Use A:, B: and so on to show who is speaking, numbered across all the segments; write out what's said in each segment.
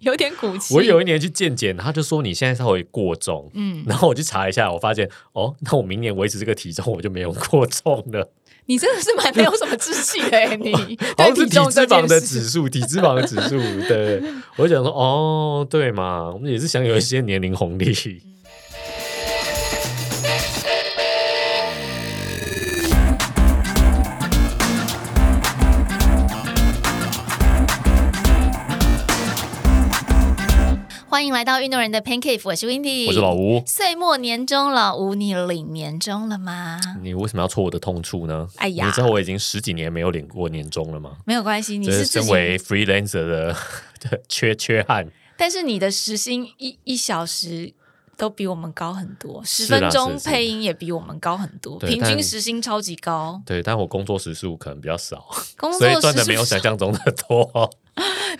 A: 有点骨气。
B: 我有一年去健检，他就说你现在稍微过重，
A: 嗯，
B: 然后我去查一下，我发现哦，那我明年维持这个体重，我就没有过重了。
A: 你真的是蛮没有什么志气的欸， 你
B: 好
A: 对体
B: 像是体
A: 重
B: 脂
A: 这
B: 肪
A: 件
B: 的
A: 事，
B: 指 数，体脂肪的指数。对，我就想说，哦，对嘛，我们也是享有一些年龄 红利。
A: 欢迎来到运动人的 Pancake，我是 Windy，
B: 我是老。吴，
A: 岁末年终，老吴，你领年终了吗？
B: 你为什么要戳我的痛处呢？
A: 哎呀
B: 你知道我已经十几年没有领过年终了吗？
A: 没有关系，你
B: 这
A: 是
B: 是
A: 自
B: 身
A: 己，
B: 为 freelancer 的的缺缺憾。
A: 但是你的时薪一一小时都比我们高很多，十
B: 是啦
A: 分钟
B: 是是
A: 配音也比我们高很多，
B: 对
A: 平
B: 但
A: 均时薪超级高，
B: 对，但我工作时数可能比较少，
A: 工
B: 所以
A: 作
B: 赚
A: 时
B: 的
A: 数
B: 没有想象中的多。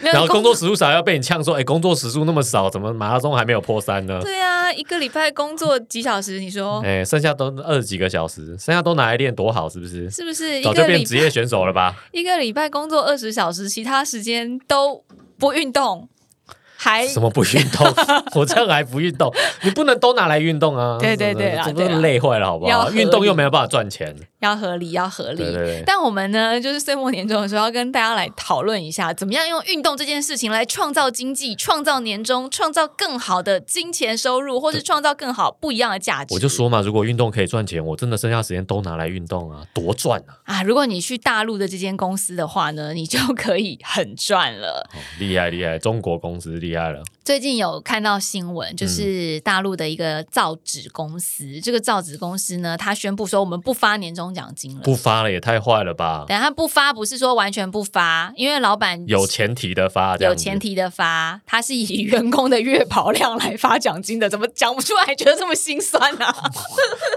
A: 没有
B: 然后工作时数少，要被你呛说：“哎、工作时数那么少，怎么马拉松还没有破三呢
A: 对啊，一个礼拜工作几小时，你？”说
B: 哎、剩下都二十几个小时，剩下都拿来练，多好，是不是？
A: 是不是？一
B: 早就
A: 个
B: 变
A: 礼
B: 职业选手了吧？
A: 一个礼拜工作二十小时，其他时间都不运动，还
B: 什么不运 动？我这样还不运动？你不能都拿来运动啊！
A: 对对对啊
B: 这不是
A: 对啊
B: 累坏了好不
A: 要
B: 好？
A: 合理
B: 运动又没有办法赚钱，
A: 要合理，要合理。
B: 对对对
A: 但我们呢，就是岁末年终的时候，要跟大家来讨论一下，怎么样用运动这件事情来创造经济、创造年终、创造更好的金钱收入，或是创造更好不一样的价值。
B: 我就说嘛，如果运动可以赚钱，我真的剩下时间都拿来运动啊，多赚啊！
A: 啊，如果你去大陆的这间公司的话呢，你就可以很赚了。
B: 哦厉害厉害，中国公司厉害了。
A: 最近有看到新闻，
B: 嗯
A: 就是大陆的一个造纸公司，这个造纸公司呢，它宣布说我们不发年终奖金了。
B: 不发了也太坏了吧？
A: 等下不发不是说完全不发，因为老板
B: 有前提的发，这
A: 有
B: 样子
A: 前。提的发，他是以员工的月跑量来发奖金的，怎么讲不出来，觉得这么心酸 啊？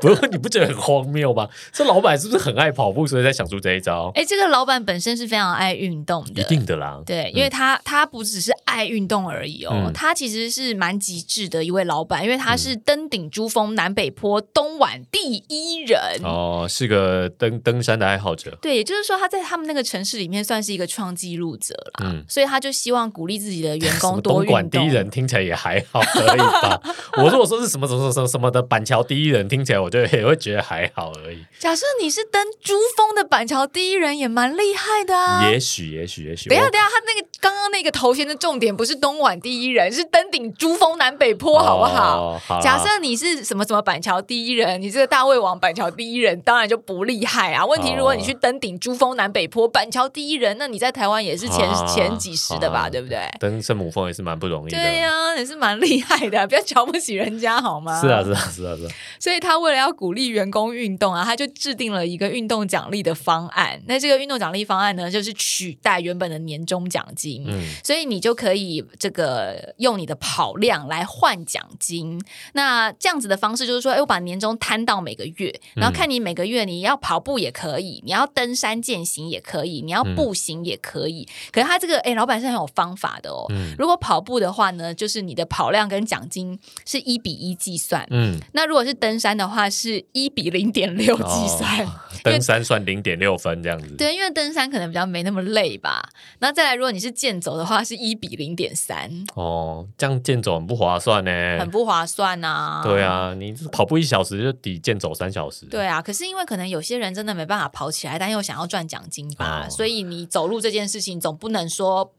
B: 不是你不觉得很荒谬吗？这老板是不是很爱跑步，所以才想出这一招？
A: 哎，这个老板本身是非常爱运动
B: 一
A: 的。
B: 定的啦，
A: 对，因为他、他不只是爱运动而已哦，
B: 嗯
A: 他其实是蛮极致的一位老板，因为他是登顶珠峰南北坡东莞第一人
B: 哦，是个登登山的爱好者。
A: 对，也就是说他在他们那个城市里面算是一个创纪录者啦，
B: 嗯
A: 所以他就希望鼓励自己的员
B: 什
A: 工
B: 么
A: 多
B: 东
A: 运
B: 莞
A: 动。
B: 第一人听起来也还好而已 吧。我如果说是什么什么什么什么的板桥第一人，听起来我就也会觉得还好而已。
A: 假设你是登珠峰的板桥第一人，也蛮厉害的啊。
B: 也许，也许，也许。
A: 等一下，
B: 我
A: 等一下，他那个刚刚那个头衔的重点不是东莞第一人，是登顶珠峰南北坡，好不好？
B: 哦好啦
A: 假设你是什么什么板桥第一人，你这个大胃王板桥第一人，当然就不厉害啊。问题
B: 哦
A: 如果你去登顶珠峰南北坡板桥第一人，那你在台湾也是前、
B: 啊
A: 前几十的吧，
B: 啊
A: 对不对？
B: 登圣母峰也是蛮不容易的。
A: 对呀、也是蛮厉害 的，不要瞧不起人家好吗？
B: 是啊，是啊，是啊，是啊。
A: 所以他为了要鼓励员工运动啊，他就制定了一个运动奖励的方案。那这个运动奖励方案呢，就是取代原本的年终奖金。
B: 嗯，
A: 所以你就可以这个用你的跑量来换奖金，那这样子的方式就是说，哎，我把年终摊到每个月，
B: 嗯
A: 然后看你每个月你要跑步也可以，你要登山健行也可以，你
B: 嗯
A: 要步行也可以。可是他这个，哎，老板是很有方法的哦。
B: 嗯
A: 如果跑步的话呢，就是你的跑量跟奖金是一比一计算。
B: 嗯，
A: 那如果是登山的话，是一比零点六计算。
B: 登山算零点六分这样子。
A: 对，因为登山可能比较没那么累吧。那再来，如果你是健走的话，是一比零点三，
B: 哦，这样健走很不划算呢。
A: 很不划算呐、
B: 哎对，啊，你跑步一小时就抵健走三小时。
A: 对啊。可是因为可能有些人真的没办法跑起来，但又想要赚奖金吧，
B: 哦
A: 所以你走路这件事情总不能说，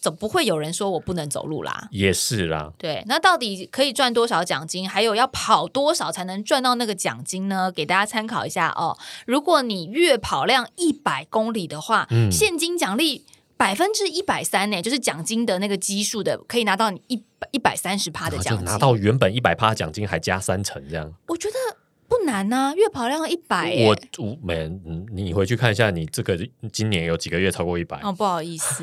A: 总不会有人说我不能走路啦。
B: 也是啦，
A: 对，那到底可以赚多少奖金？还有要跑多少才能赚到那个奖金呢？给大家参考一下哦。如果你月跑量一百公里的话，
B: 嗯
A: 现金奖励百分之一百三呢，就是奖金的那个基数的，可以拿到你一一百三十趴的
B: 然后
A: 奖
B: 啊就
A: 金。
B: 拿到原本一百趴奖金，还加三成这样。
A: 我觉得不难呐、月跑量一百，
B: 我我没，嗯你回去看一下，你这个今年有几个月超过一百？
A: 哦，不好意 思，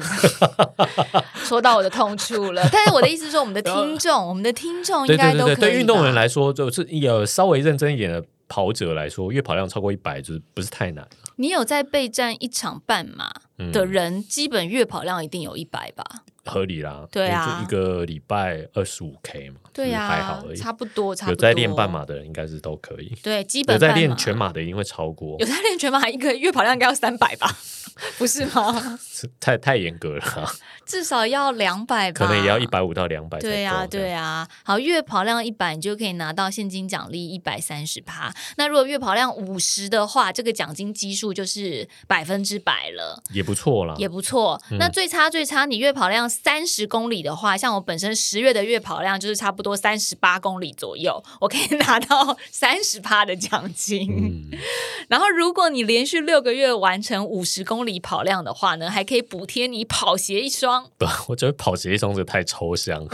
A: 说到我的痛处了。但是我的意思是说，我们的听众，我们的听众应
B: 对对
A: 该都
B: 对
A: 可以
B: 对，对运动
A: 吧
B: 员来说，就是有稍微认真一点的跑者来说，月跑量超过一百就是不是太难。
A: 你有在备战一场半马
B: 嗯
A: 的人，基本月跑量一定有一百吧？
B: 合理啦。
A: 对啊
B: 就一个礼拜二十五 K 嘛，
A: 对
B: 呀、
A: 呀、
B: 还好而已。
A: 差不多，差不
B: 有
A: 多。
B: 在练半，马的人应该是都可以，
A: 对，基
B: 有
A: 本
B: 在
A: 半
B: 练
A: 马
B: 全马的一定会超过
A: 有，在练全马，一个月跑量应该要三百吧， 不是吗？
B: 是太太严格了啊、
A: 至少要两百吧，
B: 可能也要一。百五到两百。
A: 对
B: 呀、
A: 啊，对啊，好，月跑量一百，你就可以拿到现金奖励一百三十趴。那如果月跑量五十的话，这个奖金基数就是百分之百了，
B: 也不错啦。
A: 也不错。
B: 嗯
A: 那最差最差，你月跑量三十公里的话，像我本身十月的月跑量就是差不多三十八公里左右，我可以 拿到三十趴的奖金。
B: 嗯，
A: 然后，如果你连续六个月完成五十公里跑量的话呢，还可以补贴你跑鞋一双。
B: 不， 我觉得跑鞋一双这太抽 象了，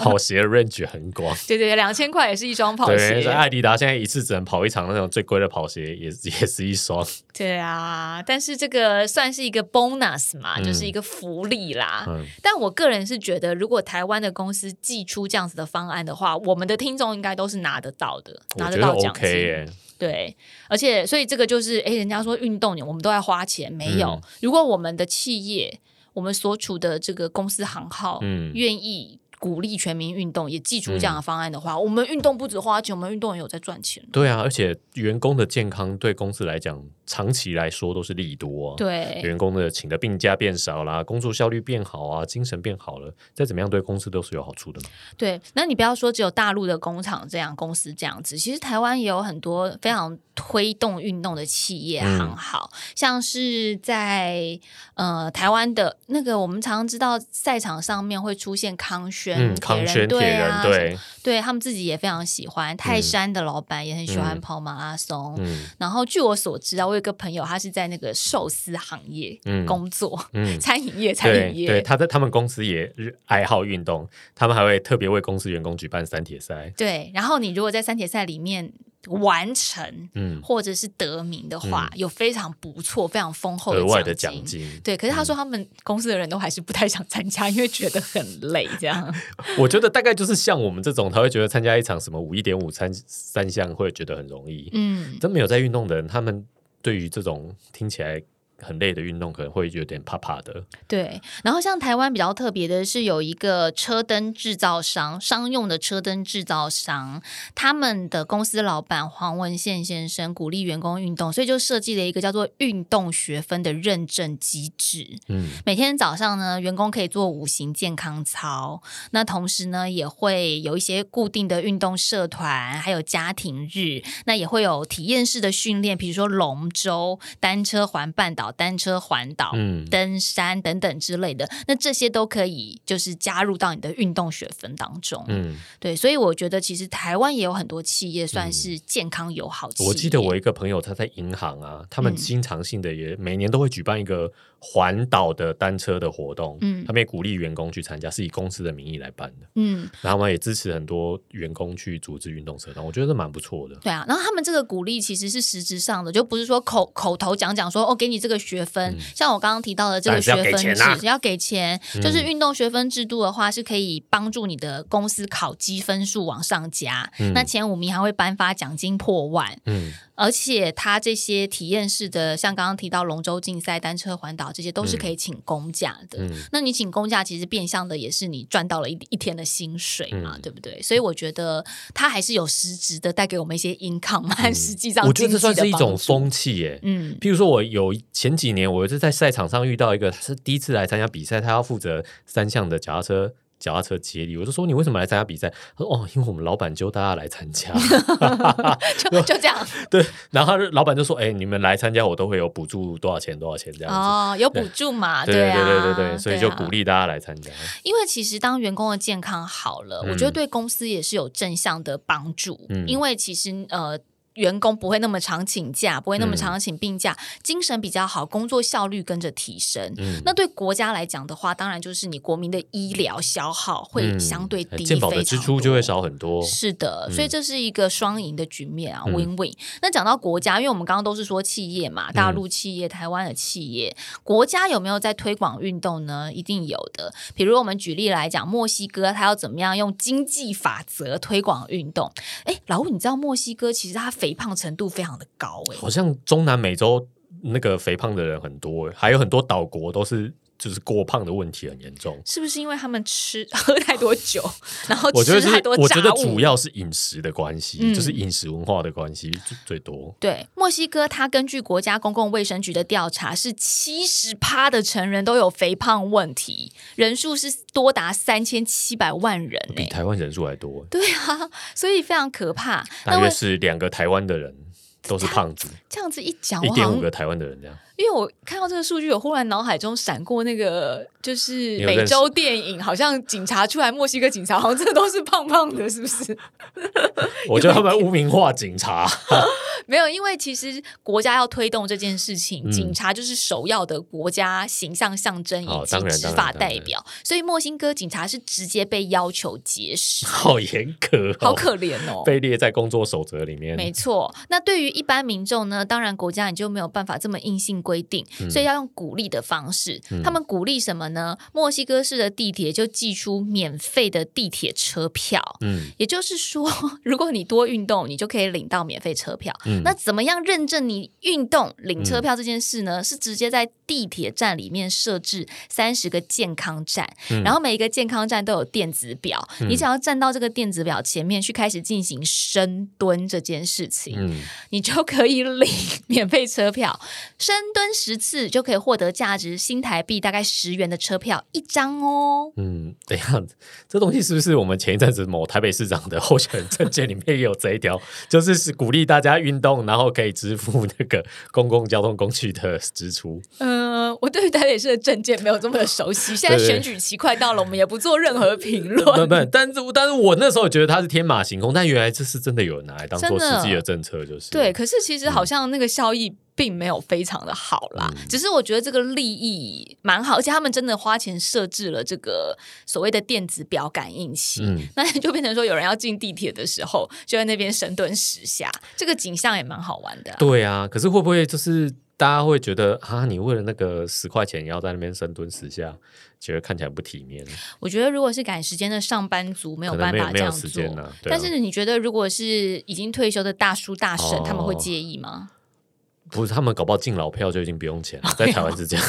B: 跑鞋的 range 很广。
A: 对对对，两千块也是一双跑
B: 对，啊所以
A: 鞋。
B: 艾迪达现在一次只能跑一场那种最贵的跑鞋，也是也是一双。
A: 对啊，但是这个算是一个 bonus 嘛，
B: 嗯
A: 就是一个福利啦。
B: 嗯，
A: 但我个人是觉得，如果台湾的公司寄出这样子的方案的话，我们的听众应该都是拿得到的，
B: 我
A: 拿
B: 觉
A: 得
B: 得
A: 到奖
B: OK
A: 金。
B: 耶、
A: 对，而且所以这个就是，哎，人家说运动我们都要花钱，没有。
B: 嗯
A: 如果我们的企业，我们所处的这个公司行号，
B: 嗯
A: 愿意鼓励全民运动，也寄出这样的方案的话，我们运动不止花钱，我们运动也有在赚钱。
B: 对啊，而且员工的健康对公司来讲，长期来说都是利多、啊。。
A: 对，
B: 员工的请的病假变少啦，工作效率变好啊，精神变好了，再怎么样对公司都是有好处的嘛。
A: 对，那你不要说只有大陆的工厂这样，公司这样子，其实台湾也有很多非常推动运动的企业
B: 嗯
A: 行号，像是在呃台湾的那个，我们常常知道赛场上面会出现康轩、
B: 嗯，
A: 啊铁
B: 康
A: 人
B: 轩铁
A: 队
B: 人
A: 啊什么
B: 队，
A: 对他们自己也非常喜欢。泰山的老板也很喜欢跑马拉松。
B: 嗯
A: 然后据我所知啊，我有一个朋友，他是在那个寿司行业
B: 嗯
A: 工作，
B: 嗯，
A: 餐饮业，餐
B: 对
A: 饮
B: 对，
A: 业。
B: 他在他们公司也爱好运动，他们还会特别为公司员工举办三铁赛。
A: 对，然后你如果在三铁赛里面完成
B: 嗯，
A: 或者是得名的话，有非常不错、非常丰厚
B: 额外的
A: 奖
B: 奖。金，嗯
A: 对，可是他说他们公司的人都还是不太想参加，因为觉得很累，这 样。
B: 我觉得大概就是像我们这种，他会觉得参加一场什么五一点五三三项会觉得很容易。
A: 嗯，
B: 真没有在运动的人，他们对于这种听起来很累的运动，可能会有点怕怕的。
A: 对，然后像台湾比较特别的是，有一个车灯制造商，商用的车灯制造商，他们的公司老板黄文宪先生鼓励员工运动，所以就设计了一个叫做运动学分的认证机制。
B: 嗯，
A: 每天早上呢，员工可以做五行健康操，那同时呢，也会有一些固定的运动社团，还有家庭日，那也会有体验式的训练，比如说龙舟、单车环半岛、单车环岛，
B: 嗯
A: 登山等等之类的，那这些都可以就是加入到你的运动学分当中。
B: 嗯，
A: 对，所以我觉得其实台湾也有很多企业算是健康友好企业。
B: 我记得我一个朋友他在银行啊，他们
A: 嗯
B: 经常性的也、每年都会举办一个环岛的单车的活动，
A: 嗯
B: 他们也鼓励员工去参加，是以公司的名义来办的，
A: 嗯，
B: 然后他们也支持很多员工去组织运动社团，我觉得蛮不错的。
A: 对啊，然后他们这个鼓励其实是实质上的，就不是说口口头讲讲说哦，给你这个学分。像我刚刚提到的这个
B: 嗯但是
A: 学
B: 要给
A: 分制
B: 钱啊
A: 要给钱，就是运动学分制度的话，是可以帮助你的公司考积分数往上加。那前五名还会颁发奖金破万。
B: 嗯，
A: 而且它这些体验式的，像刚刚提到龙舟竞赛、单车环岛，这些都是可以请公假的。
B: 嗯
A: 那你请公假，其实变相的也是你赚到了一一天的薪水嘛，
B: 嗯
A: 对不对？所以我觉得它还是有实质的带给我们一些 income 和 实际上
B: 嗯我觉
A: 经
B: 得
A: 济的帮
B: 这算
A: 助。
B: 是一种风气耶、
A: 嗯，
B: 譬如说，我有前几年，我是在赛场上遇到一个，他是第一次来参加比赛，他要负责三项的脚踏车脚踏车接力。我就说你为什么来参加比赛？他说哦，因为我们老板揪大家来参加。
A: 就就这样
B: 对，然后他就老板就说，哎、你们来参加，我都会有补助多少钱多少钱这样子。
A: 哦，有补助嘛？
B: 对
A: 啊，
B: 对对对对，所以就
A: 对啊
B: 鼓励大家来参加。
A: 因为其实当员工的健康好了，
B: 嗯
A: 我觉得对公司也是有正向的帮助。
B: 嗯
A: 因为其实呃。员工不会那么常请假，不会那
B: 嗯
A: 么常请病假，精神比较好，工作效率跟着提升。
B: 嗯
A: 那对国家来讲的话，当然就是你国民的医疗消耗会
B: 嗯
A: 相对低，
B: 健保的
A: 非常
B: 支出就会
A: 多
B: 少很多。
A: 是的，所以这是一个双赢的局面啊
B: 嗯
A: ，win win。那讲到国家，因为我们刚刚都是说企业嘛，
B: 嗯
A: 大陆企业、台湾的企业，国家有没有在推广运动呢？一定有的。比如我们举例来讲，墨西哥它要怎么样用经济法则推广运动？哎，老吴，你知道墨西哥其实它肥胖程度非常的高哎、
B: 好像中南美洲那个肥胖的人很多，还有很多岛国都是就是过胖的问题很严重。
A: 是不是因为他们吃喝太多酒，然后
B: 我觉
A: 吃
B: 得是
A: 太多，
B: 我
A: 炸
B: 觉得
A: 物？
B: 主要是饮食的关系，
A: 嗯
B: 就是饮食文化的关系最最多。
A: 对，墨西哥它根据国家公共卫生局的调查，是七十趴的成人都有肥胖问题，人数是多达三千七百万人呢、
B: 比台湾人数还多，
A: 对啊，所以非常可怕。那
B: 大约
A: 为
B: 是两个台湾的人都是胖子，
A: 这样子一讲，
B: 一
A: 我好
B: 点
A: 像
B: 五个台湾的人这样。
A: 因为我看到这个数据，我忽然脑海中闪过那个，就是
B: 有认识
A: 美洲电影，好像警察出来，墨西哥警察好像真的都是胖胖的，是不是？
B: 我觉得他们污名化警察，
A: 没有，因为其实国家要推动这件事情，
B: 嗯
A: 警察就是首要的国家形象象征以
B: 哦
A: 及
B: 当然
A: 执
B: 当然
A: 法
B: 当
A: 代
B: 然
A: 表，所以墨西哥警察是直接被要求节食，
B: 好严格、哦，
A: 好可怜哦。
B: 被列在工作守则里面。
A: 没错，那对于一般民众呢，当然国家你就没有办法这么硬性规定，
B: 嗯
A: 所以要用鼓励的方式。他们鼓励什么呢？墨西哥市的地铁就寄出免费的地铁车票。
B: 嗯
A: 也就是说， 如果你多运动，你就可以领到免费车票。
B: 嗯，
A: 那怎么样认证你运动领车票这件事呢？是直接在地铁站里面设置三十个健康站，
B: 嗯
A: 然后每一个健康站都有电子表，你只要站到这个电子表前面去开始进行深蹲这件事情，
B: 嗯
A: 你就可以领 免费车票。深蹲十次就可以获得价值新台币大概十元的车票一张哦。
B: 嗯，等一下，这东西是不是我们前一阵子某台北市长的候选人证件里面也有这一条， 就是是鼓励大家运动，然后可以支付那个公共交通工具的支出？
A: 嗯、我对于台北市的证件没有这么的熟悉，现在
B: 对对
A: 选举期快到了，我们也不做任何评论。
B: 不不，但是但是我那时候觉得它是天马行空，但原来这是真的有人拿来当
A: 真
B: 做
A: 的
B: 实际的政策，就 是
A: 对，，可是其实好像那个效益并没有非常的好啦，
B: 嗯
A: 只是我觉得这个利益蛮好，而且他们真的花钱设置了这个所谓的电子表感应器。
B: 嗯，
A: 那就变成说，有人要进地铁的时候，就在那边深蹲十下，这个景象也蛮好玩的啊、
B: 对啊。可是会不会就是大家会觉得啊，你为了那个十块钱也要在那边深蹲十下，觉得看起来不体面，
A: 我觉得如果是赶时间的上班族，没有
B: 可
A: 办
B: 能没有
A: 法
B: 没
A: 这
B: 有
A: 样
B: 时
A: 做。
B: 间呢、啊。对啊
A: 但是你觉得，如果是已经退休的大叔大婶，
B: 哦
A: 他们会介意吗？
B: 不啊是他们搞不好进老票就已经不用钱 了，在台湾是这样。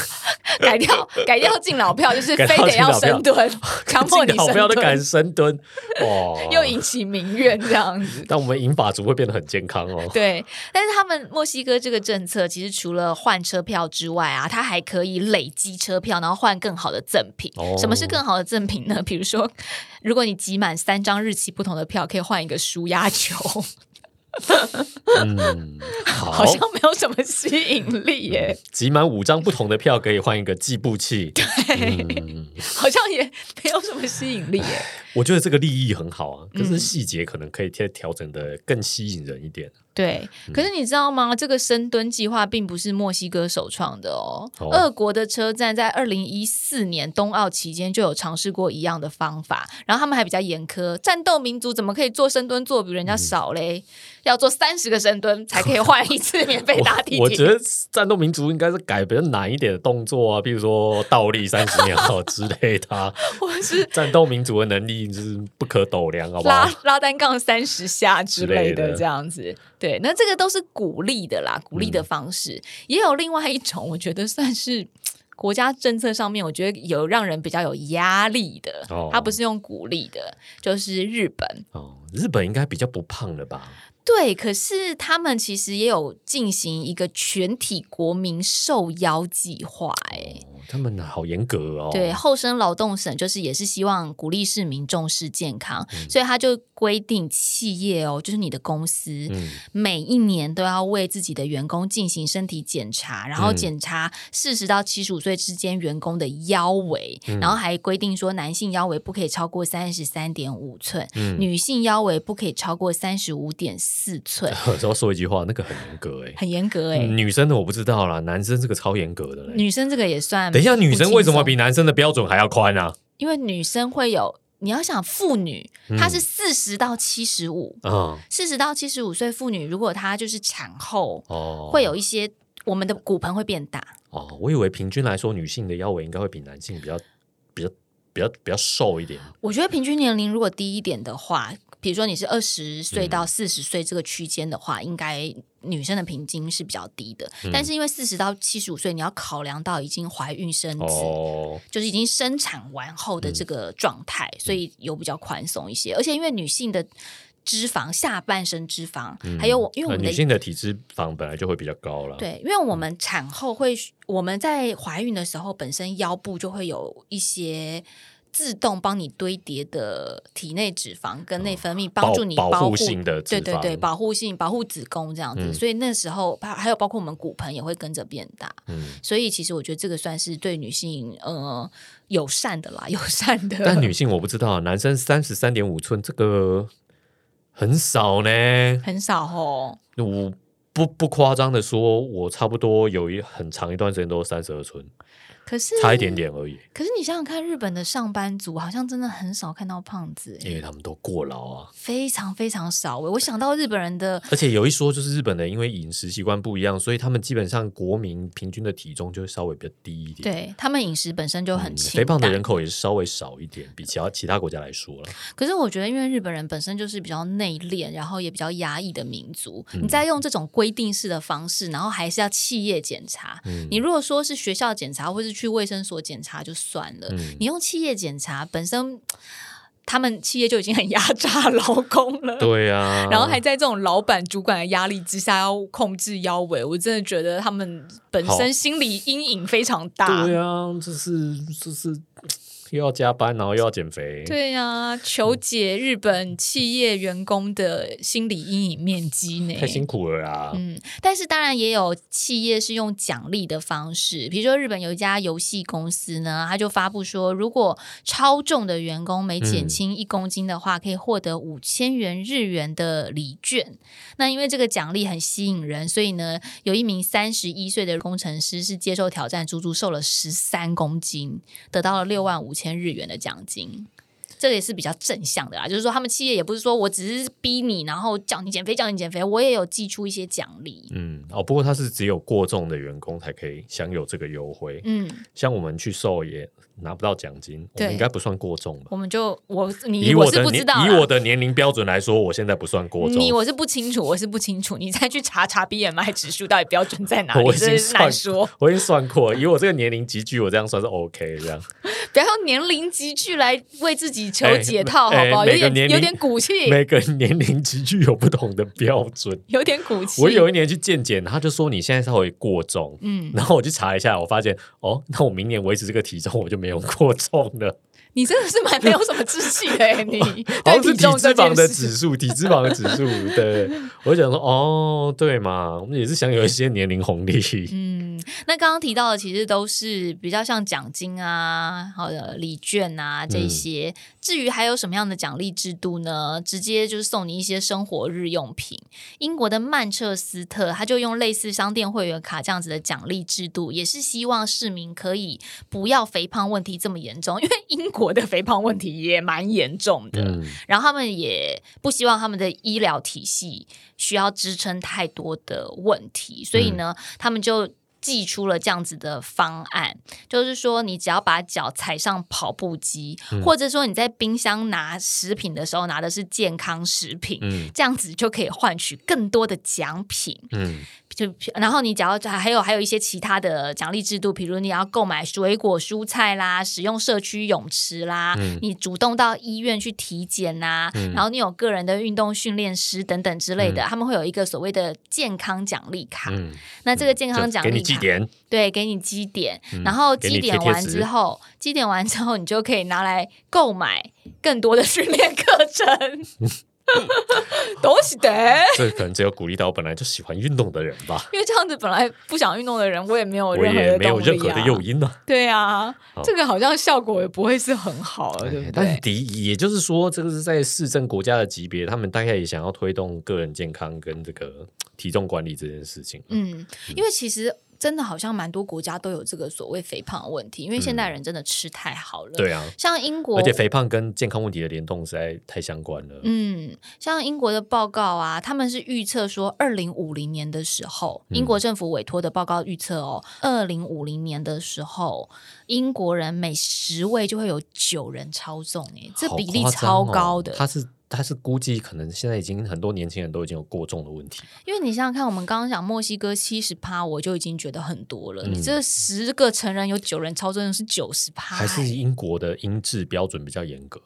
A: 改 掉改掉敬老票，就是非
B: 改掉
A: 得要
B: 敬老票
A: 深蹲， 强迫你
B: 进老
A: 深
B: 票都
A: 蹲
B: 敢。深蹲，哇！。
A: 又引起民怨这样子
B: 但我们银法族会变得很健 康哦。
A: 对，但是他们墨西哥这个政策，其实除了换车票之外啊，它还可以累积车票，然后换更好的赠品。
B: 哦
A: 什么是更好的赠品呢？比如说，如果你集满三张日期不同的票，可以换一个舒压球，
B: 嗯，好，嗯
A: 好像没有什么吸引力耶，
B: 集满五张不同的票可以换一个计 步器。嗯，
A: 好像也没有什么吸引力耶。
B: 我觉得这个利益很好啊，可
A: 嗯
B: 是细节可能可以调调整的更吸引人一点。
A: 对，
B: 嗯
A: 可是你知道吗？这个深蹲计划并不是墨西哥首创的哦。
B: 哦
A: 俄国的车站在二零一四年冬奥期间就有尝试过一样的方法，然后他们还比较严苛，战斗民族怎么可以做深蹲做比人
B: 嗯
A: 家少嘞？要做三十个深蹲才可以换一次免费搭地
B: 我我觉
A: 铁。
B: 得战斗民族应该是改比较难一点的动作啊，比如说倒立 三十秒之类的啊、
A: 或者是
B: 战斗民族的能力就是不可斗量，好不好
A: 拉？拉单杠三十下之类
B: 之类
A: 的
B: 的
A: 这样子。对，那这个都是鼓励的啦，鼓励的方式。
B: 嗯
A: 也有另外一种，我觉得算是。国家政策上面，我觉得有让人比较有压力的，
B: 哦
A: 它不是用鼓励的，就是日本。
B: 哦，日本应该比较不胖了吧？哦
A: 对，可是他们其实也有进行一个全体国民受邀计划、哎、
B: 哦，他们好严格哦。
A: 对，厚生劳动省就是也是希望鼓励市民重视健康，
B: 嗯
A: 所以他就规定企业哦，就是你的公司，
B: 嗯，
A: 每一年都要为自己的员工进行身体检查，然
B: 嗯
A: 后检查四十到七十五岁之间员工的腰围，
B: 嗯
A: 然后还规定说男性腰围不可以超过三十三点五寸，
B: 嗯
A: 女性腰围不可以超过三十五点四 寸，
B: 有时候说一句话，那个很严 格哎、
A: 很严格哎、
B: 嗯女生的我不知道啦，男生这个超严格的嘞。
A: 女生这个也算，
B: 等一下，女生为什么比？男生的标准还要宽啊？
A: 因为女生会有，你要想妇女，
B: 嗯
A: 她是四十到七十五，
B: 啊、
A: 四十到七十五岁妇女，如果她就是产后，
B: 哦，
A: 会有一些我们的骨盆会变大。
B: 哦，我以为平均来说，女性的腰围应该会比男性比较比较比较比较瘦一点。
A: 我觉得平均年龄如果低一点的话，比如说你是二十岁
B: 嗯
A: 到四十岁这个区间的话，应该女生的平均是比较低的。
B: 嗯
A: 但是因为四十到七十五岁，你要考量到已经怀孕生子，
B: 哦，
A: 就是已经生产完后
B: 嗯
A: 的这个状态，所以有比较宽松一些。而且因为女性的脂肪，下半身脂肪，还有我因为我
B: 呃
A: 们
B: 女
A: 的
B: 性的体脂肪本来就会比较高了，，
A: 对，因为我们产后会，我们在怀孕的时候，本身腰部就会有一些自动帮你堆叠的体内脂肪跟内分泌，帮助你
B: 嗯保
A: 保
B: 护性的脂
A: 对
B: 肪，
A: 对对，保护性保护子宫这样子。
B: 嗯
A: 所以那时候，还还有包括我们骨盆也会跟着变大。
B: 嗯。
A: 所以其实我觉得这个算是对女性呃友善的啦，友善的。
B: 但女性我不知道，男生三十三点五寸这个很少呢。
A: 很少哦，
B: 我不不夸张的说，我差不多有一很长一段时间都三十二寸，
A: 可是
B: 差一点。点而已，
A: 可是你想想看，日本的上班族好像真的很少看到胖子、欸
B: 嗯因为他们都过劳啊。
A: 非常非常少、欸。我想到日本人的
B: 而且有一说，就是日本人因为饮食习惯不一样，所以他们基本上国民平均的体重就会稍微比较低一点。
A: 对他们饮食本身就很
B: 嗯
A: 清、
B: 肥胖的人，口也是稍微少一点，比其他其他国家来说了。
A: 可是我觉得，因为日本人本身就是比较内敛，然后也比较压抑的民族，
B: 嗯
A: 你再用这种规定式的方式，然后还是要企业检查。
B: 嗯
A: 你如果说是学校检查，或是去卫生所检查就算了，
B: 嗯
A: 你用企业检查本身，他们企业就已经很压榨劳工了。
B: 对啊，
A: 然后还在这种老板主管的压力之下，要控制腰围，我真的觉得他们本
B: 好
A: 身心理阴影非常大。
B: 对啊，就是就是又要加班，然后又要减肥，
A: 对呀，求解日本企业员工的心理阴影面积呢。
B: 太辛苦了啦。
A: 嗯，但是当然也有企业是用奖励的方式，比如说日本有一家游戏公司呢，它就发布说，如果超重的员工每减轻一公斤的话，可以获得五千元日元的礼券。那因为这个奖励很吸引人，所以呢，有一名三十一岁的工程师是接受挑战，足足瘦了十三公斤，得到了六万五千日元的奖金。这个也是比较正向的啦，就是说他们企业也不是说我只是逼你，然后叫你减肥，叫你减肥，我也有寄出一些奖励。
B: 嗯，哦，不过他是只有过重的员工才可以享有这个优惠，
A: 嗯，
B: 像我们去瘦也拿不到奖金，我
A: 对
B: 们应该不算过重吧？
A: 我们就我你
B: 以我
A: 是
B: 的
A: 不
B: 年
A: 知道啦，
B: 以我的年龄标准来说，我现在不算过重
A: 你，我是不清楚，我是不清楚，你再去查查 BMI 指数到底标准在哪
B: 我
A: 里，
B: 已
A: 真
B: 经
A: 是难
B: 算
A: 说。
B: 我已经算过，以我这个年龄集聚，我这样算是 OK 这样。
A: 不要用年龄集聚来为自己求
B: 哎
A: 解套，
B: 哎
A: 好不好？
B: 每
A: 有
B: 个年
A: 点
B: 龄
A: 有点骨气，
B: 每个年龄集聚有不同的标准。
A: 有点骨气。
B: 我有一年去健检，他就说你现在稍微过重，
A: 嗯，
B: 然后我去查一下，我发现哦，那我明年维持这个体重，我就没有过重了。
A: 你真的是蛮没有什么志气的 欸，你
B: 好
A: 对
B: 像是
A: 体
B: 体
A: 重
B: 脂
A: 这
B: 肪
A: 件
B: 的
A: 事
B: 指。数，体脂肪的指数。对，我就想说，哦，对嘛，我们也是享有一些年龄红利。
A: 嗯，那刚刚提到的其实都是比较像奖金啊、好的礼券啊这些。至于还有什么样的奖励制度呢？直接就是送你一些生活日用品。英国的曼彻斯特，它就用类似商店会员卡这样子的奖励制度，也是希望市民可以不要肥胖问题这么严重，因为英国的肥胖问题也蛮严重的。
B: 嗯，
A: 然后他们也不希望他们的医疗体系需要支撑太多的问题，所以呢，他们就。寄出了这样子的方案，就是说你只要把脚踩上跑步机，或者说你在冰箱拿食品的时候拿的是健康食品，
B: 嗯
A: 这样子就可以换取更多的奖品。
B: 嗯，
A: 就然后你只要还有还有一些其他的奖励制度，比如你要购买水果、蔬菜啦，使用社区泳池啦，
B: 嗯
A: 你主动到医院去体检啦，然后你有个人的运动训练师等等之类的，他们会有一个所谓的健康奖励卡。
B: 嗯
A: 那这个健康
B: 就
A: 奖
B: 给你
A: 励
B: 绩
A: 卡，
B: 点，嗯
A: 对，给你积点，然后
B: 给
A: 积
B: 你贴
A: 点
B: 贴
A: 完
B: 纸
A: 之后，积点完之后，你就可以拿来购买更多的训练课 程。 都是的。
B: 这可能只有鼓励到本来就喜欢运动的人吧。
A: 因为这样子本来不想运动的人，我也没有
B: 我
A: 任何
B: 也
A: 的
B: 没
A: 动
B: 有
A: 力啊
B: 任何的诱因呢、
A: 对啊
B: 好，哎
A: 这个好像效果也不会是很好，对不
B: 但
A: 对？嗯
B: 的也就是说，这个是在市政国家的级别，他们大概也想要推动个人健康跟这个体重管理这件事情。啊
A: 嗯，因为其实真的好像蛮多国家都有这个所谓肥胖的问题，因为现代人真的吃太好了。、
B: 嗯对啊，
A: 像英国，
B: 而且肥胖跟健康问题的联动实在太相关了。
A: 嗯，像英国的报告啊，他们是预测说，二零五零年的时候，英
B: 嗯
A: 国政府委托的报告预测哦，二零五零年的时候，英国人每十位就会有九人超重、欸，哎，这比例超高的。
B: 它是哦他是估计可能现在已经很多年轻人都已经有过重的问题，
A: 因为你想想看，我们刚刚讲墨西哥七十趴，我就已经觉得很多了。
B: 嗯
A: 你这十个成人有九人超重的是九十趴，欸
B: 还是英国的音质标准比较严格。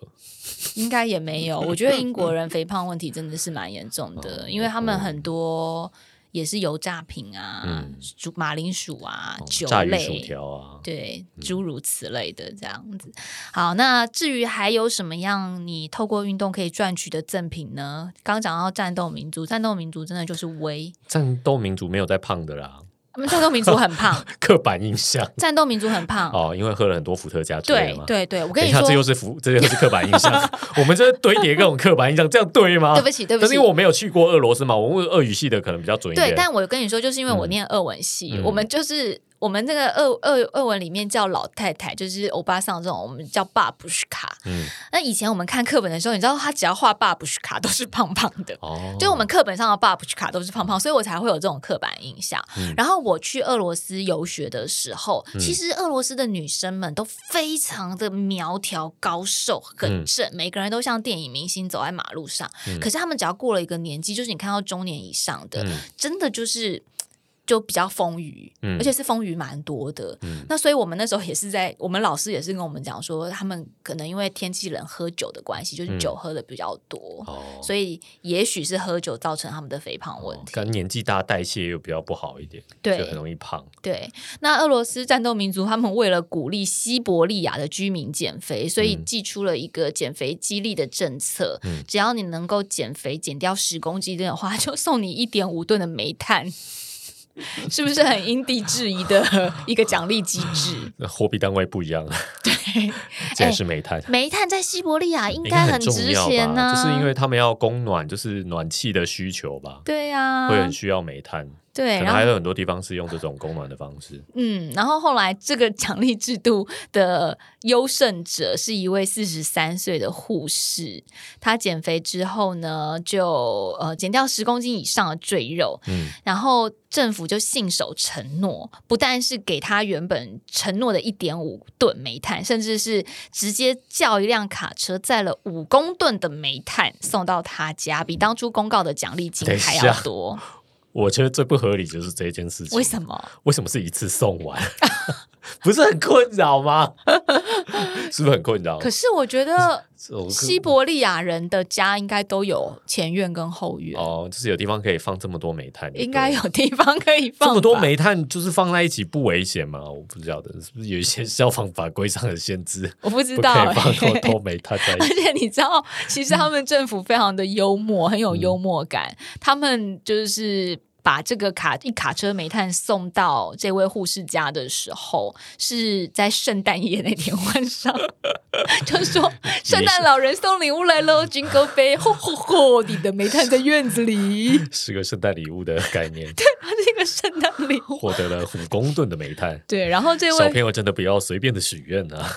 A: 应该也没有。我觉得英国人肥胖问题真的是蛮严重的，
B: 哦
A: 因为他们很多也是油炸品啊
B: 嗯、
A: 薯、马铃薯啊、
B: 哦
A: 酒
B: 炸鱼薯
A: 类。
B: 条啊，
A: 对，诸如此类的这样子。好，那至于还有什么样你透过运动可以赚取的赠品呢？刚讲到战斗民族，战斗民族真的就是威，
B: 战斗民族没有在胖的啦，
A: 他们战斗民族很胖，
B: 刻板 印象
A: 战斗民族很胖。
B: 哦，因为喝了很多伏特加之类
A: 对
B: 的嘛。
A: 对对，我跟
B: 等
A: 你
B: 一下，
A: 说，
B: 这又是伏，这又是刻板印 象。我们这堆叠各种刻板印象，这样对吗？
A: 对不起对不
B: 但是
A: 起
B: 因为。我没有去过俄罗斯嘛，我问俄语系的可能比较准一点。
A: 对，但我跟你说，就是因为我
B: 嗯
A: 念俄文系，
B: 嗯
A: 我们就是我们这个俄俄俄文里面叫老太太，就是欧巴桑这种，我们叫爸不是卡。
B: 嗯，
A: 那以前我们看课本的时候，你知道他只要画爸不是卡都是胖胖的。
B: 哦，
A: 就我们课本上的爸不是卡都是胖胖，所以我才会有这种刻板印象。
B: 嗯
A: 然后我去俄罗斯游学的时候，
B: 嗯
A: 其实俄罗斯的女生们都非常的苗条、高瘦、很正，每个人都像电影明星走在马路上。
B: 嗯
A: 可是她们只要过了一个年纪，就是你看到中年以上的，
B: 嗯
A: 真的就是就比较丰腴，
B: 嗯
A: 而且是丰腴蛮多的。
B: 嗯
A: 那所以我们那时候也是在，我们老师也是跟我们讲说，他们可能因为天气冷，喝酒的关系，就是
B: 嗯
A: 酒喝的比较多，
B: 哦，
A: 所以也许是喝酒造成他们的肥胖问
B: 哦
A: 题。
B: 可能年纪大，代谢又比较不好一点，
A: 对
B: 就很容易胖。
A: 对，那俄罗斯战斗民族他们为了鼓励西伯利亚的居民减肥，所以
B: 嗯
A: 寄出了一个减肥激励的政策。
B: 嗯
A: 只要你能够减肥减掉十公斤的话，就送你一点五吨的煤炭。 是不是很因地制宜的一个奖励机制？
B: 那货币单位不一样，
A: 对，
B: 竟然是煤炭。
A: 煤炭在西伯利亚应
B: 应
A: 该
B: 很重
A: 值
B: 要
A: 钱啊呢、
B: 吧？就是因为他们要供暖，就是暖气的需求吧，
A: 对呀、
B: 会很需要煤炭。
A: 对，然
B: 可能
A: 后
B: 还有很多地方是用这种供暖的方式。
A: 嗯，然后后来这个奖励制度的优胜者是一位四十三岁的护士，她减肥之后呢，就呃减掉十公斤以上的赘肉，
B: 嗯
A: 然后政府就信守承诺，不但是给她原本承诺的一点五吨煤炭，甚至是直接叫一辆卡车载了五公吨的煤炭送到她家，比当初公告的奖励金
B: 等一
A: 还
B: 下
A: 要 多。
B: 我觉得最不合理就是这件事情。
A: 为什么？
B: 为什么是一次送完？ 不是很困 扰吗？是不是很困扰？
A: 可是我觉得。
B: 我
A: 西伯利亚人的家应该都有前院跟后院，
B: 哦，就是有地方可以放这么多煤炭，
A: 应该有地方可以
B: 对
A: 放
B: 这么多
A: 吧。
B: 煤炭，就是放在一起不危险吗？我不知道的，是不是有一些消防法规上的限制，
A: 我不知
B: 不
A: 道、
B: 可以放
A: 欸
B: 多。多煤炭在 一
A: 而
B: 起？
A: 且你知道，其实他们政府非常的幽默，很有
B: 嗯
A: 幽默感。他们就是把这个卡一卡车煤炭送到这位护士家的时候，是在圣诞夜那天晚上， 就说圣诞老人送礼物来喽，军歌杯，吼吼吼，你的煤炭在院子里，
B: 是个圣诞礼物的概念，
A: 它是一个圣诞礼物。
B: 获得了五公吨的煤炭。
A: 对，然后这
B: 小
A: 位
B: 朋友真的不要随便的许愿啊！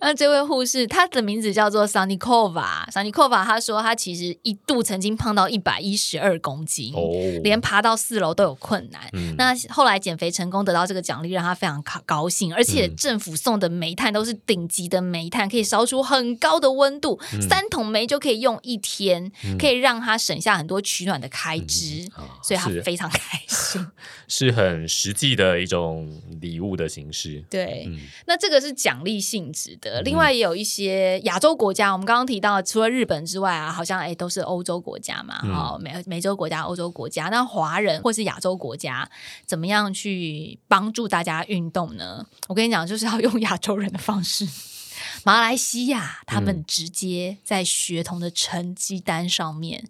A: 那呃这位护士，她的名字叫做 Sanikova。Sanikova 她说，她其实一度曾经胖到一百一十二公斤，
B: 哦，
A: 连爬到四楼都有困难。
B: 嗯
A: 那后来减肥成功，得到这个奖励，让她非常高高兴。而
B: 嗯
A: 且政府送的煤炭都是顶级的煤炭，可以烧出很高的温度，
B: 嗯
A: 三桶煤就可以用一天，可以让她省下很多取暖的开支，
B: 啊
A: 所以她
B: 是
A: 非常开心。
B: 是很实际的一种礼物的形式。
A: 对，
B: 嗯
A: 那这个是奖励性质的。另外也有一些亚洲国家，我们刚刚提到，除了日本之外啊，好像哎都是欧洲国家嘛，
B: 嗯
A: 哈、美美洲国家、欧洲国家，那华人或是亚洲国家怎么样去帮助大家运动呢？我跟你讲，就是要用亚洲人的方式。 马来西亚，他们直接在学童的成绩单上面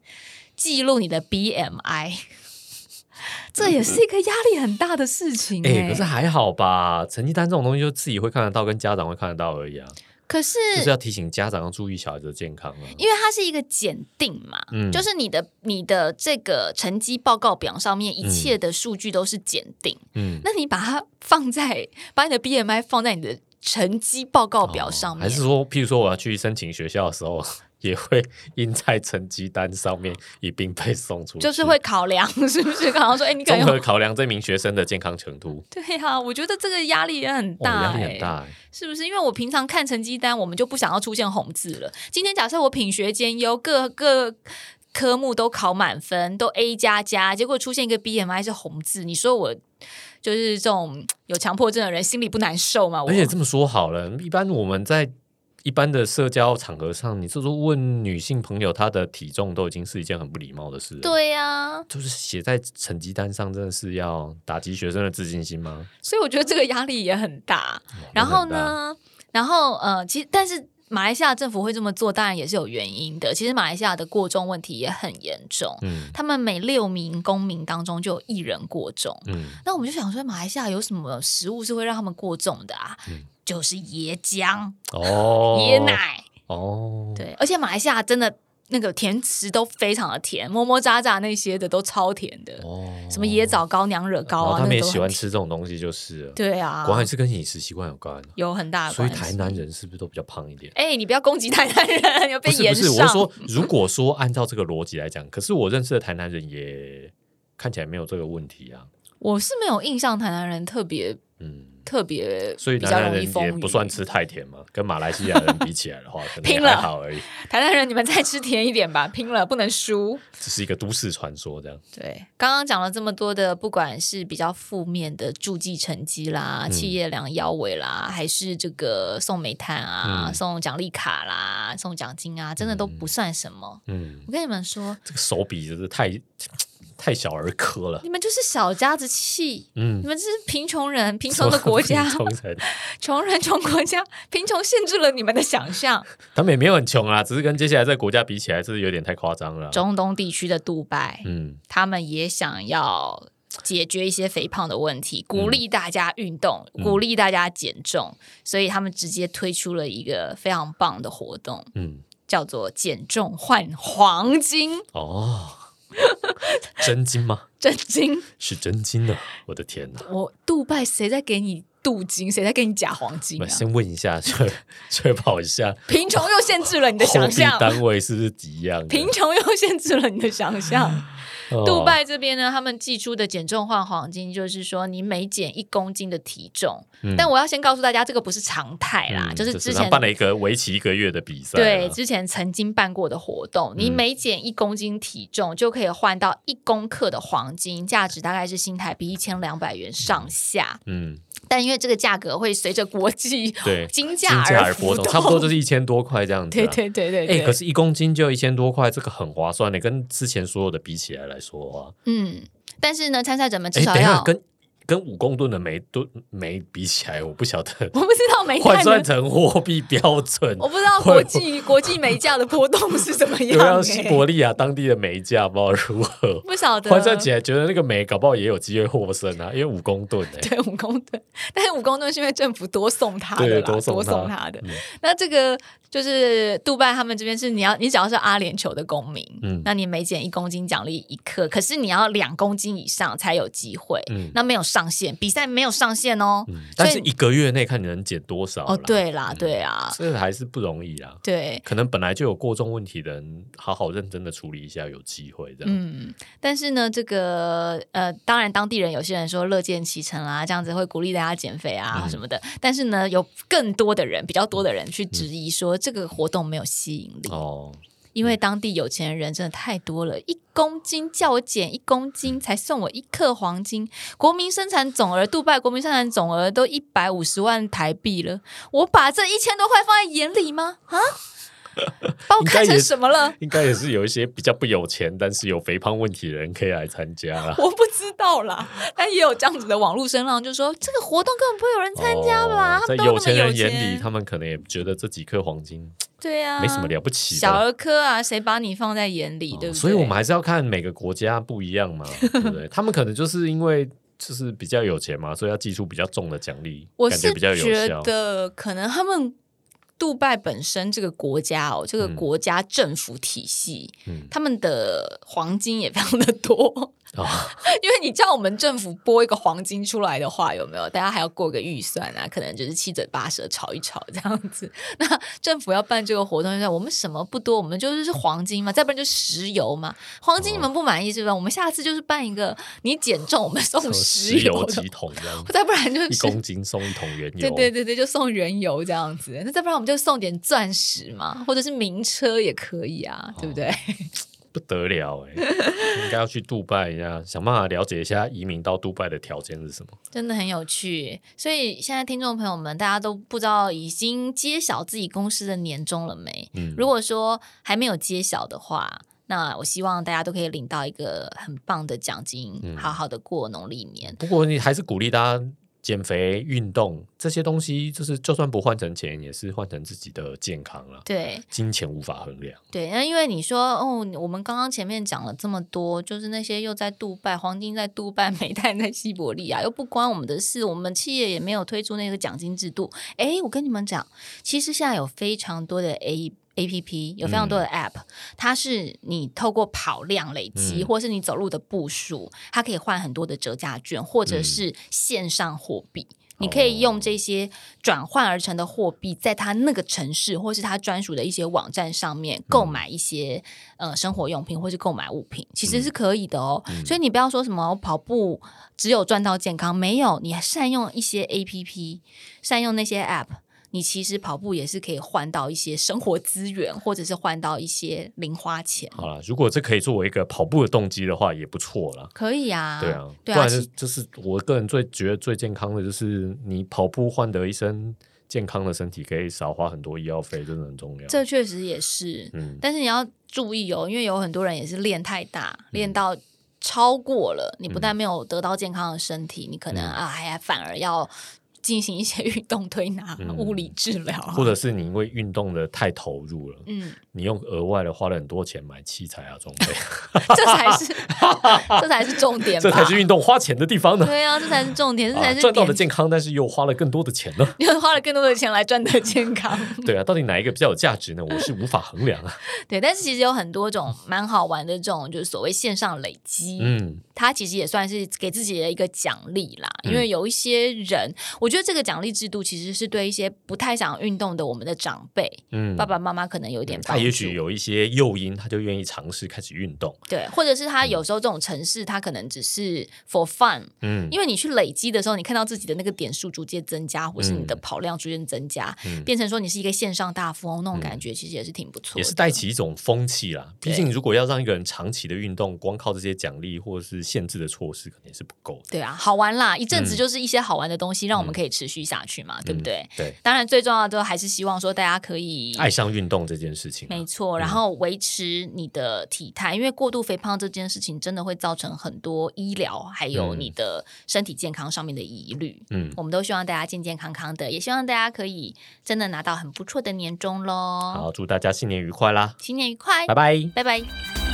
A: 记录你的 BMI，这也是一个压力很大的事情、
B: 哎、
A: 欸。
B: 可是还好吧，成绩单这种东西就自己会看得到，跟家长会看得到而已啊。
A: 可是
B: 就是要提醒家长要注意小孩子的健康啊。
A: 因为它是一个检定嘛，
B: 嗯
A: 就是你的你的这个成绩报告表上面一切的数据都是检定，
B: 嗯，
A: 那你把它放在把你的 BMI 放在你的成绩报告表上
B: 哦
A: 面，
B: 还是说，譬如说我要去申请学校的时候，也会印在成绩单上面一并被送出去，
A: 就是会考量是不是？考 量说，哎、你可
B: 综合
A: 能
B: 考量这名学生的健康程度，
A: 对啊，我觉得这个压力也很
B: 哦，压
A: 大、
B: 力
A: 欸，
B: 很大欸。
A: 是不是？因为我平常看成绩单，我们就不想要出现红字了。今天假设我品学兼优，各各科目都考满分，都 A 加加，结果出现一个 BMI 是红字，你说我就是这种有强迫症的人，心里不难受吗？我
B: 而且这么说好了，一般我们在一般的社交场合上，你这时候问女性朋友她的体重，都已经是一件很不礼貌的事了。，
A: 对呀、
B: 就是写在成绩单上，真的是要打击学生的自信心吗？
A: 所以我觉得这个压力也很大。
B: 哦
A: 然后？呢，然后呃，其实但是马来西亚政府会这么做，当然也是有原因的。其实马来西亚的过重问题也很严重，
B: 那很大
A: 他们每六名公民当中就有一人过重。
B: 嗯嗯，
A: 那我们就想说，马来西亚有什么食物是会让他们过重的啊？
B: 嗯
A: 就是椰浆、
B: 哦，
A: 椰奶，
B: 哦，
A: 对，而且马来西亚真的那个甜食都非常的甜，么么喳喳那些的都超甜的，
B: 哦，
A: 什么椰枣糕、娘惹糕
B: 然后
A: 啊，
B: 他
A: 那
B: 们也
A: 都很
B: 喜欢
A: 甜，
B: 吃这种东西，就是了。
A: 对啊，
B: 果然是跟饮食习惯有关，啊
A: 有很大的
B: 所
A: 关
B: 以
A: 系。
B: 台南人是不是都比较胖一点？
A: 哎、你不要攻击台南人，有
B: 不
A: 被
B: 是不
A: 延
B: 是，
A: 上。
B: 我是说，如果说按照这个逻辑来讲，可是我认识的台南人也看起来没有这个问题啊，
A: 我是没有印象台南人特别
B: 嗯，
A: 特别，
B: 所以
A: 比
B: 台
A: 较
B: 南
A: 容易
B: 人
A: 风
B: 也
A: 雨。
B: 不算吃太甜嘛，跟马来西亚人比起来 的话，可能也
A: 拼了
B: 还好而已，
A: 台南人，你们再吃甜一点吧，拼了不能输。
B: 只是一个都市传说这样。
A: 对，刚刚讲了这么多的，不管是比较负面的助记成绩啦、
B: 嗯
A: 企业粮腰尾啦，还是这个送煤炭啊、
B: 嗯
A: 送奖励卡啦、送奖金啊，真的都不算什么。
B: 嗯，
A: 我跟你们说，
B: 这个手笔真是太太小儿科了。
A: 你们就是小家子气，
B: 嗯
A: 你，们这是贫穷人、贫穷的国 家
B: 贫、穷人
A: 穷人、穷国家，贫穷限制了你们的想象。
B: 他们也没有很穷啊，只是跟接下来这个国家比起来，是有点太夸张了啊。
A: 中东地区的杜拜，
B: 嗯，
A: 他们也想要解决一些肥胖的问题，鼓励大家运动，
B: 嗯
A: 鼓励大家减重，所以他们直接推出了一个非常棒的活动，
B: 嗯，
A: 叫做“减重换黄金
B: 哦， 真金吗？”。
A: 真金，
B: 是真金的，我的天哪！
A: 我杜拜谁在给你镀金，谁在给你假黄金
B: 我
A: 啊？
B: 先问一下，确确保一下
A: 贫穷又限制了你的
B: 货
A: 想
B: 币
A: 象，
B: 单位是不是一样的？
A: 贫穷又限制了你的想象。
B: 哦
A: 杜拜这边呢，他们寄出的减重换黄金，就是说你每减一公斤的体重。
B: 嗯
A: 但我要先告诉大家，这个不是常态啦，
B: 嗯
A: 就是
B: 这
A: 之
B: 他
A: 前
B: 办了一个为期一个月的比赛啊，
A: 对之前曾经办过的活动，
B: 嗯
A: 你每减一公斤体重就可以换到一公克的黄金，价值大概是新台币一千两百元上下。
B: 嗯，
A: 但因为这个价格会随着国际
B: 对
A: 哦金
B: 金
A: 价
B: 价而
A: 浮
B: 波动，差不多就是一千多块这样子啊。
A: 对对对对
B: 哎、
A: 对，
B: 可是，一公斤就一千多块，这个很划算的，跟之前所有的比起来来说的话，
A: 嗯，但是呢，参赛者们
B: 哎、
A: 至少
B: 等一下，
A: 要。
B: 跟跟五公吨的煤吨煤比起来，我不 晓得
A: 我不知道煤
B: 换
A: 炭
B: 算
A: 的，
B: 成货币标 准
A: 我，不知道国际国际煤价的波动是怎么样、
B: 又要
A: 欸。
B: 啊西伯利亚当地的煤价，不知道 如何。
A: 不晓得
B: 换算起来，觉得那个煤搞不好也有机会获胜啊，因为五公吨 哎、
A: 对五公吨，但是五公吨是因为政府多送他的
B: 对，
A: 啦，
B: 多送
A: 送
B: 他
A: 的。
B: 嗯
A: 那这个就是杜拜他们这边是你要你只要是阿联酋的公民，
B: 嗯
A: 那你每减一公斤奖励一克，可是你要两公斤以上才有机会，
B: 嗯
A: 那没有上限，比赛没有上限哦。
B: 嗯，但是一个月内看你能减多少
A: 哦，
B: 啦，
A: 对啦，对啊，
B: 这还是不容易啦。
A: 对。
B: 可能本来就有过重问题的人，好好认真的处理一下，有机会这样。
A: 嗯，但是呢，这个呃，当然当地人有些人说乐见其成啦，这样子会鼓励大家减肥啊
B: 嗯
A: 什么的。但是呢，有更多的人，比较多的人去质疑说，这个活动没有吸引力，
B: 哦，
A: 因为当地有钱人真的太多了，一公斤叫我减一公斤，才送我一克黄金。国民生产总额，杜拜国民生产总额都一百五十万台币了，我把这一千多块放在眼里吗？ 啊，把我看
B: 应该
A: 成
B: 也
A: 什么了？
B: 应该也是有一些比较不有钱，但是有肥胖问题的人可以来参加啦。
A: 我不知道啦，但也有这样子的网络声浪，就说这个活动根本不会有人参加吧？
B: 哦
A: 他们
B: 在
A: 都那
B: 有
A: 么
B: 钱
A: 有
B: 人眼里，他们可能也觉得这几颗黄金
A: 对啊，
B: 没什么了不起的。
A: 小儿科啊，谁把你放在眼里，
B: 哦
A: 对不对？
B: 所以我们还是要看每个国家不一样嘛，对不对？他们可能就是因为就是比较有钱嘛，所以要寄出比较重的奖励，
A: 我
B: 感
A: 是
B: 觉比较有
A: 觉
B: 效。
A: 得可能他们。杜拜本身这个国家哦，这个
B: 嗯
A: 国家政府体系，
B: 嗯
A: 他们的黄金也非常的多，
B: 啊，
A: 因为你叫我们政府拨一个黄金出来的话，有没有？大家还要过个预算啊，可能就是七嘴八舌吵一吵这样子。那政府要办这个活动，就说我们什么不多，我们就是黄金嘛，再不然就石油嘛。黄金你
B: 哦
A: 们不满意是吧？我们下次就是办一个，你减重我们送石
B: 石油
A: 油
B: 几
A: 的，
B: 桶这样，
A: 再不然就
B: 一
A: 是
B: 公斤送一桶原油，
A: 对对对对，就送原油这样子。那再不然我们就送点钻石嘛，或者是名车也可以啊，
B: 哦
A: 对不对？
B: 不得了哎、应该要去杜拜一下，想办法了解一下移民到杜拜的条件是什么。
A: 真的很有趣，所以现在听众朋友们，大家都不知道已经揭晓自己公司的年终了没？
B: 嗯，
A: 如果说还没有揭晓的话，那我希望大家都可以领到一个很棒的奖金，
B: 嗯
A: 好好的过农历年。
B: 不过你还是鼓励大家减肥、运动这些东西，就是就算不换成钱，也是换成自己的健康了。
A: 对
B: 金钱无法衡量，
A: 对，那因为你说哦，我们刚刚前面讲了这么多，就是那些又在杜拜，黄金在杜拜，煤炭在西伯利亚，又不关我们的事，我们企业也没有推出那个奖金制度。诶，我跟你们讲，其实现在有非常多的 A A P P，有非常多的 App，、它是你透过跑量累积，
B: 嗯
A: 或是你走路的步数，它可以换很多的折价券，或者
B: 嗯哦
A: 是线上货币。你可以用这些转换而成的货币，在它那个城市或是它专属的一些网站上面购
B: 嗯
A: 买一些、呃生活用品或是购买物品，其
B: 嗯
A: 实是可以的哦。所以你不要说什么跑步只有赚到健康，没有，你善用一些 A P P，善用那些 App，你其实跑步也是可以换到一些生活资源，或者是换到一些零花钱，
B: 好了，如果这可以作为一个跑步的动机的话，也不错啦。
A: 可以啊，
B: 对啊，
A: 对
B: 不
A: 啊，
B: 然
A: 其
B: 就就是我个人最觉得最健康的就是你跑步换得一身健康的身体，可以少花很多医药费，真的很重要。
A: 这确实也是，
B: 嗯，
A: 但是你要注意哦，因为有很多人也是练太大，练到。超过了，你不但没有得到健康的身体，你可能
B: 嗯
A: 啊，哎呀，反而要进行一些运动推拿、
B: 嗯
A: 物理治疗啊，
B: 或者是你因为运动的太投入了，
A: 嗯，
B: 你用额外的花了很多钱买器材 啊装备，
A: 这才是 这才是重点吧，
B: 这才是运动花钱的地方呢。
A: 对啊，这才是重点，这才
B: 啊，
A: 是
B: 赚到了
A: 点，？
B: 健康，但是又花了更多的钱呢
A: 又 花了更多的钱来赚得健康。
B: 对啊，到底哪一个比较有价值呢？我是无法衡 量啊。
A: 对，但是其实有很多种蛮好玩的这种，就是所谓线上累积，
B: 嗯，
A: 它其实也算是给自己的一个奖励啦。
B: 嗯
A: 因为有一些人，我觉得这个奖励制度其实是对一些不太想运动的我们的长辈，
B: 嗯
A: 爸爸妈妈可能有一点帮
B: 他
A: 助，
B: 也许有一些诱因，他就愿意尝试开始运动。
A: 对，或者是他有时候这种城市，他可能只是 for fun，
B: 嗯，
A: 因为你去累积的时候，你看到自己的那个点数逐渐增加，或是你的跑量逐渐增加，
B: 嗯
A: 变成说你是一个线上大富翁那种感觉，其实也是挺不错的。
B: 也是带起一种风气啦。
A: 对
B: 毕竟，如果要让一个人长期的运动，光靠这些奖励或者是限制的措施，肯定是不够的。
A: 对啊，好玩啦！一阵子
B: 嗯
A: 就是一些好玩的东西，让我们可以持续下去嘛，对不对
B: 嗯？？对，
A: 当然，最重要的都还是希望说大家可以
B: 爱上运动这件事情啊、
A: 没错，然后维持你的体态，因为过度肥胖这件事情真的会造成很多医疗还有
B: 嗯
A: 你的身体健康上面的疑虑。
B: 嗯，
A: 我们都希望大家健健康康的，也希望大家可以真的拿到很不错的年终喽。
B: 好，祝大家新年愉快啦，
A: 新年愉快，
B: 拜拜。
A: 拜拜。